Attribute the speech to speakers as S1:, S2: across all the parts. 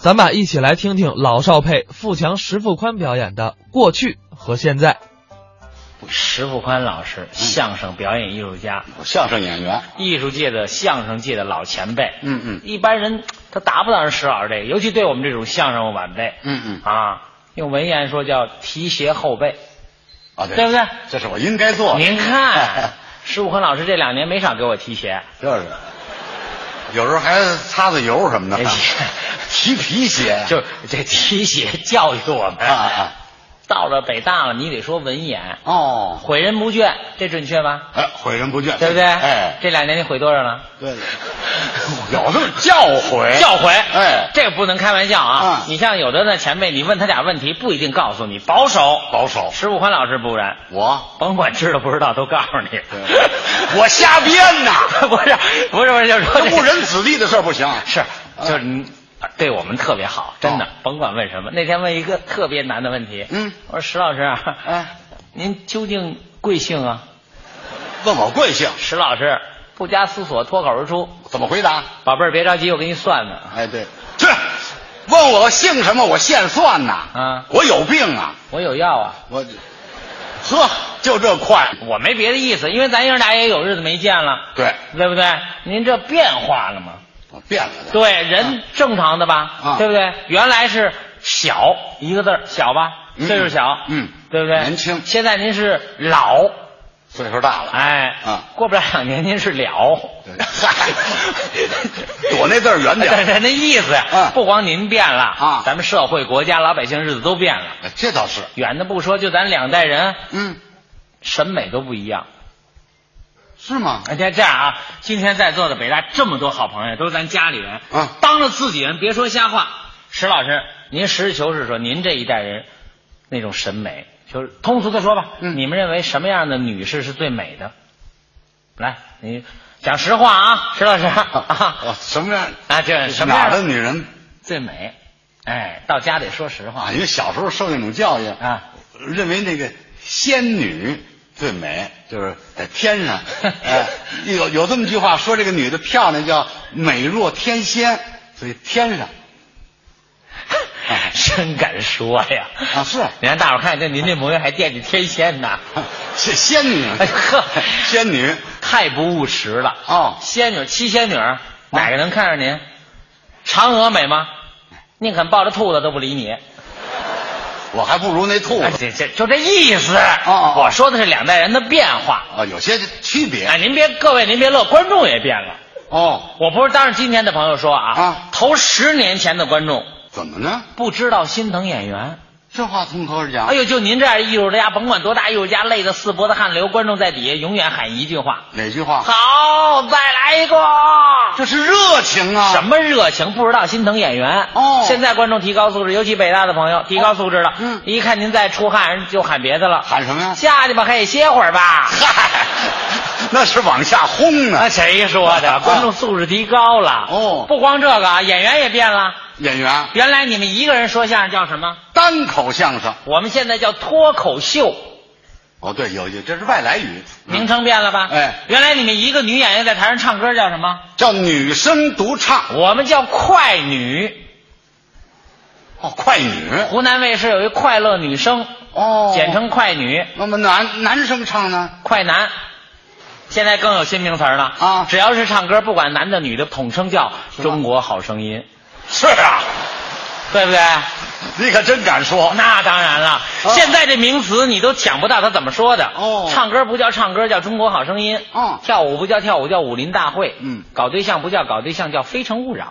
S1: 咱们啊一起来听听老少配富强、石富宽表演的《过去和现在》。
S2: 石富宽老师，
S3: 嗯
S2: 相声表演艺术家，
S3: 我相声演员，
S2: 艺术界的相声界的老前辈。
S3: 嗯嗯
S2: 一般人他达不到人石老师这个，尤其对我们这种相声晚辈
S3: 嗯嗯，
S2: 啊，用文言说叫提携后辈。
S3: 啊
S2: 对不对
S3: 这是我应该做的，
S2: 您 看，石富宽老师这两年没少给我提携。
S3: 就是，有时候还擦擦油什么的
S2: 哎呀，
S3: 提皮鞋，
S2: 就是这提携教育我们。
S3: 啊啊
S2: 到了北大了，你得说文言，
S3: 哦，
S2: 毁人不倦，这准确吧？
S3: 哎，毁人不倦，
S2: 对不对？
S3: 哎，
S2: 这两年你毁多少了？
S3: 对， 有这么教诲，
S2: 教诲，
S3: 哎
S2: 这个不能开玩笑啊！
S3: 嗯
S2: 你像有的那前辈，你问他俩问题，不一定告诉你，保守。
S3: 保守，
S2: 石富宽老师不然，
S3: 我
S2: 甭管知道不知道，都告诉你。
S3: 对我瞎编呐
S2: 不是不是不是，就是说
S3: 这
S2: 这
S3: 误人子弟的事 儿不行，
S2: 是，
S3: 嗯
S2: 就是你对我们特别好，真的
S3: 哦，
S2: 甭管问什么。那天问一个特别难的问题，
S3: 嗯
S2: 我说石老师啊，
S3: 嗯
S2: 您究竟贵姓啊？
S3: 问我贵姓，
S2: 石老师不加思索脱口而出，
S3: 怎么回答？
S2: 宝贝儿别着急，我给你算算。
S3: 哎，对，这问我姓什么，我现算呐，
S2: 啊
S3: 我有病啊，
S2: 我有药啊。
S3: 我，呵，就这快，
S2: 我没别的意思，因为咱爷儿俩也有日子没见了，
S3: 对，
S2: 对不对？您这变化了嘛？
S3: 我变了的，
S2: 对，人正常的吧？
S3: 啊
S2: 对不对？原来是小一个字儿小吧，
S3: 嗯
S2: 岁数小，
S3: 嗯
S2: 对不对？
S3: 年轻
S2: 现在您是老，
S3: 岁数大了，
S2: 哎，
S3: 啊
S2: 过不了两年您是了。
S3: 对嗨 躲那字儿远点儿
S2: 但 是那意思呀，
S3: 嗯
S2: 不光您变了
S3: 啊
S2: 咱们社会、国家、老百姓日子都变了。
S3: 哎这倒是，
S2: 远的不说，就咱两代人
S3: 嗯，
S2: 审美都不一样。
S3: 是吗？
S2: 哎，这这样啊，今天在座的北大这么多好朋友，都是咱家里人
S3: 啊
S2: 当着自己人别说瞎话。石老师，您实事求是说，您这一代人那种审美，就是通俗的说吧，
S3: 嗯
S2: 你们认为什么样的女士是最美的？来，你讲实话啊，石老 师
S3: 啊
S2: 啊，
S3: 什么样？
S2: 啊，这什么
S3: 哪
S2: 样
S3: 儿的女人
S2: 最美？哎，到家得说实话
S3: 啊？因为小时候受那种教育，
S2: 啊。
S3: 认为那个仙女最美，就是在天 上。哎，有有这么句话说，这个女的漂亮叫美若天仙，所以天上
S2: 真敢说呀！
S3: 哎啊是
S2: 你看大伙儿看见您这模样，还惦记天仙呢。
S3: 是仙女，
S2: 哎呵，
S3: 仙女
S2: 太不务实了
S3: 哦
S2: 仙女，七仙女，哪个能看上您？嫦娥美吗？宁肯抱着兔子都不理你。
S3: 我还不如那兔
S2: 哎
S3: 子
S2: 这这就这意思。
S3: 哦哦
S2: 我说的是两代人的变化。
S3: 啊，有些区别
S2: 哎，您别，各位您别乐，观众也变了。
S3: 哦。
S2: 我不是当着今天的朋友说啊，
S3: 啊
S2: 头十年前的观众
S3: 怎么呢？
S2: 不知道心疼演员。
S3: 这话从何而讲？
S2: 哎呦，就您这样艺术家，甭管多大艺术家，累得四脖子汗流，观众在底下永远喊一句话
S3: 哪句：“话？
S2: 好，再来一个。”
S3: 这是热情啊！
S2: 什么热情？不知道心疼演员
S3: 哦
S2: 现在观众提高素质，尤其北大的朋友提高素质了。
S3: 嗯
S2: 一看您再出汗，就喊别的了。
S3: 喊什么呀？
S2: 下去吧，嘿，歇会儿吧。
S3: 嗨， 那是往下轰呢
S2: 那。谁说的？观众素质提高了。
S3: 哦
S2: 不光这个啊，演员也变了。
S3: 演员
S2: 原来你们一个人说相声叫什么？
S3: 单口相声，
S2: 我们现在叫脱口秀，
S3: 哦，对，有有，这是外来语，
S2: 名称变了吧？
S3: 嗯哎
S2: 原来你们一个女演员在台上唱歌叫什么？
S3: 叫女声独唱，
S2: 我们叫快女。
S3: 哦，快女，
S2: 湖南卫视有一快乐女声，
S3: 哦，
S2: 简。称快女。
S3: 那么男男生唱呢？
S2: 快男，现在更有新名词儿了
S3: 啊
S2: 只要是唱歌，不管男的女的，统称叫《中国好声音
S3: 是啊，》，
S2: 对不对？
S3: 你可真敢说。
S2: 那当然
S3: 啊
S2: 了，现在这名词你都想不到他怎么说的。
S3: 哦
S2: 唱歌不叫唱歌，叫《中国好声音》。
S3: 哦
S2: 跳舞不叫跳舞，叫武林大会。
S3: 嗯
S2: 搞对象不叫搞对象，叫《非诚勿扰》。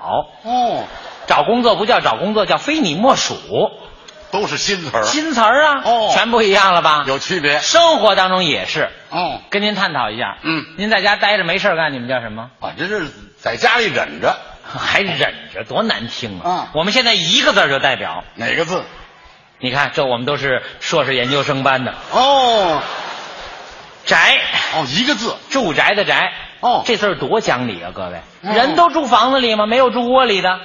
S3: 哦，
S2: 找工作不叫找工作，叫非你莫属。
S3: 都是新词儿，
S2: 新词啊儿啊，
S3: 哦
S2: 全不一样了吧？
S3: 有区别。
S2: 生活当中也是，
S3: 哦，
S2: 跟您探讨一下。
S3: 嗯
S2: 您在家待着没事儿干，你们叫什么？
S3: 我这是在家里忍着，
S2: 还忍着，多难听啊！
S3: 啊
S2: 我们现在一个字儿就代表，
S3: 哪个字？
S2: 你看，这我们都是硕士研究生班的
S3: 哦，
S2: 宅，
S3: 哦，一个字。
S2: 住宅的宅。
S3: 哦
S2: 这字儿多讲理啊，各位，
S3: 嗯
S2: 人都住房子里吗？没有住窝里的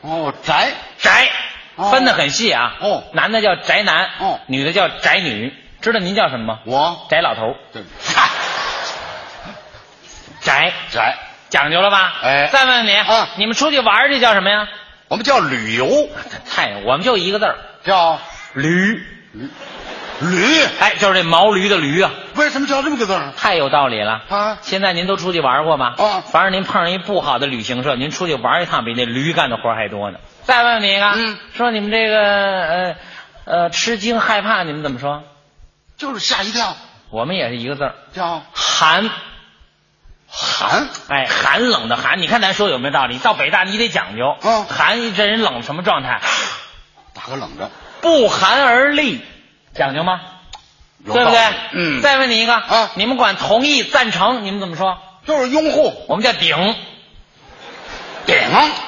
S3: 哦，宅。
S2: 宅，
S3: 哦
S2: 分得很细啊。
S3: 哦
S2: 男的叫宅男，
S3: 哦
S2: 女的叫宅女。知道您叫什么吗？
S3: 我
S2: 宅老头儿，
S3: 对，
S2: 宅
S3: 宅。
S2: 讲究了吧？
S3: 哎
S2: 再问问你，
S3: 啊
S2: 哎嗯你们出去玩儿去叫什么呀？
S3: 我们叫旅游，
S2: 太，我们就一个字儿，
S3: 叫
S2: 驴。
S3: 驴。
S2: 哎，就是这毛驴的驴啊，
S3: 为什么叫这么个字儿？
S2: 太有道理了。
S3: 啊，
S2: 现在您都出去玩过吗？
S3: 啊
S2: 凡是您碰上一不好的旅行社，您出去玩一趟比那驴干的活还多呢。再问你一个，
S3: 嗯
S2: 说你们这个呃呃吃惊害怕，你们怎么说？
S3: 就是吓一跳，
S2: 我们也是一个字儿，
S3: 叫
S2: 寒。
S3: 寒。
S2: 哎，寒冷的寒，你看咱说有没有道理？到北大你得讲究，
S3: 嗯
S2: 寒这人冷什么状态？
S3: 打个冷战，
S2: 不寒而栗，讲究吗？
S3: 有
S2: 对不对
S3: 道理？嗯，
S2: 再问你一个
S3: 啊
S2: 你们管同意、赞成，你们怎么说？
S3: 就是拥护
S2: 我们叫顶，
S3: 顶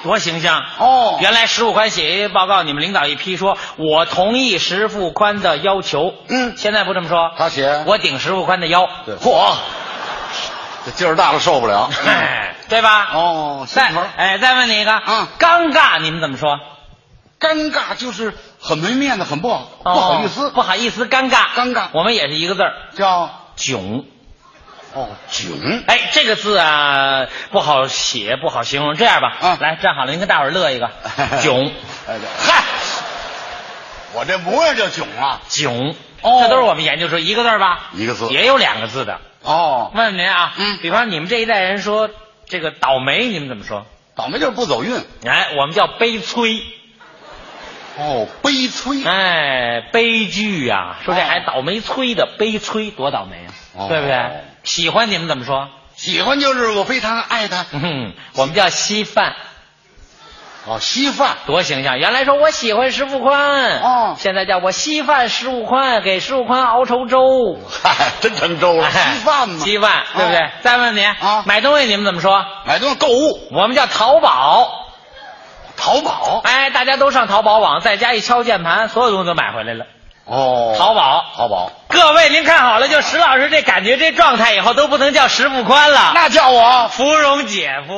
S2: 多形象。
S3: 哦
S2: 原来石富宽写一报告，你们领导一批说，我同意石富宽的要求。
S3: 嗯
S2: 现在不这么说，
S3: 他写
S2: 我顶石富宽的腰。
S3: 对，嚯，这劲儿大了受不了。
S2: 哎，对吧？
S3: 哦，心
S2: 再
S3: 头
S2: 哎，再问你一个，
S3: 嗯
S2: 尴尬，你们怎么说？
S3: 尴尬就是很没面子，很不好，不
S2: 哦
S3: 好意思
S2: 不，好意思，尴尬，
S3: 尴尬
S2: 我们也是一个字儿，
S3: 叫
S2: 囧。
S3: 哦囧。
S2: 哎，这个字啊，不好写，不好形容。这样吧，
S3: 嗯
S2: 来站好了，您跟大伙儿乐一个，囧。
S3: 哎对
S2: 嗨，
S3: 我这模样叫囧啊。
S2: 囧。
S3: 哦
S2: 这都是我们研究出一个字儿吧？
S3: 一个字
S2: 也有两个字的。
S3: 哦，
S2: 问问您啊，
S3: 嗯
S2: 比方你们这一代人说这个倒霉，你们怎么说？
S3: 倒霉就是不走运。
S2: 哎，我们叫悲催，
S3: 哦，悲催。
S2: 哎，悲剧呀、说这
S3: 哦
S2: 还倒霉催的，悲催多倒霉啊，
S3: 哦
S2: 对不对？喜欢你们怎么说？
S3: 喜欢就是我非常爱他。
S2: 嗯，我们叫稀饭，
S3: 哦，稀饭。
S2: 多形象。原来说我喜欢石富宽，
S3: 哦
S2: 现在叫我稀饭石富宽，给石富宽熬稠粥。
S3: 嗨，真成粥了。
S2: 哎
S3: 哦稀饭嘛。
S2: 稀饭，对不对？
S3: 哦
S2: 再问你
S3: 啊
S2: 买东西你们怎么说？
S3: 买东西购物，
S2: 我们叫淘宝。
S3: 淘宝。
S2: 哎，大家都上淘宝网，在家一敲键盘，所有东西都买回来了。
S3: 哦，
S2: 淘宝，
S3: 淘宝，
S2: 各位您看好了，就石老师这感觉这状态，以后都不能叫石富宽了，
S3: 那叫我。
S2: 芙蓉姐夫。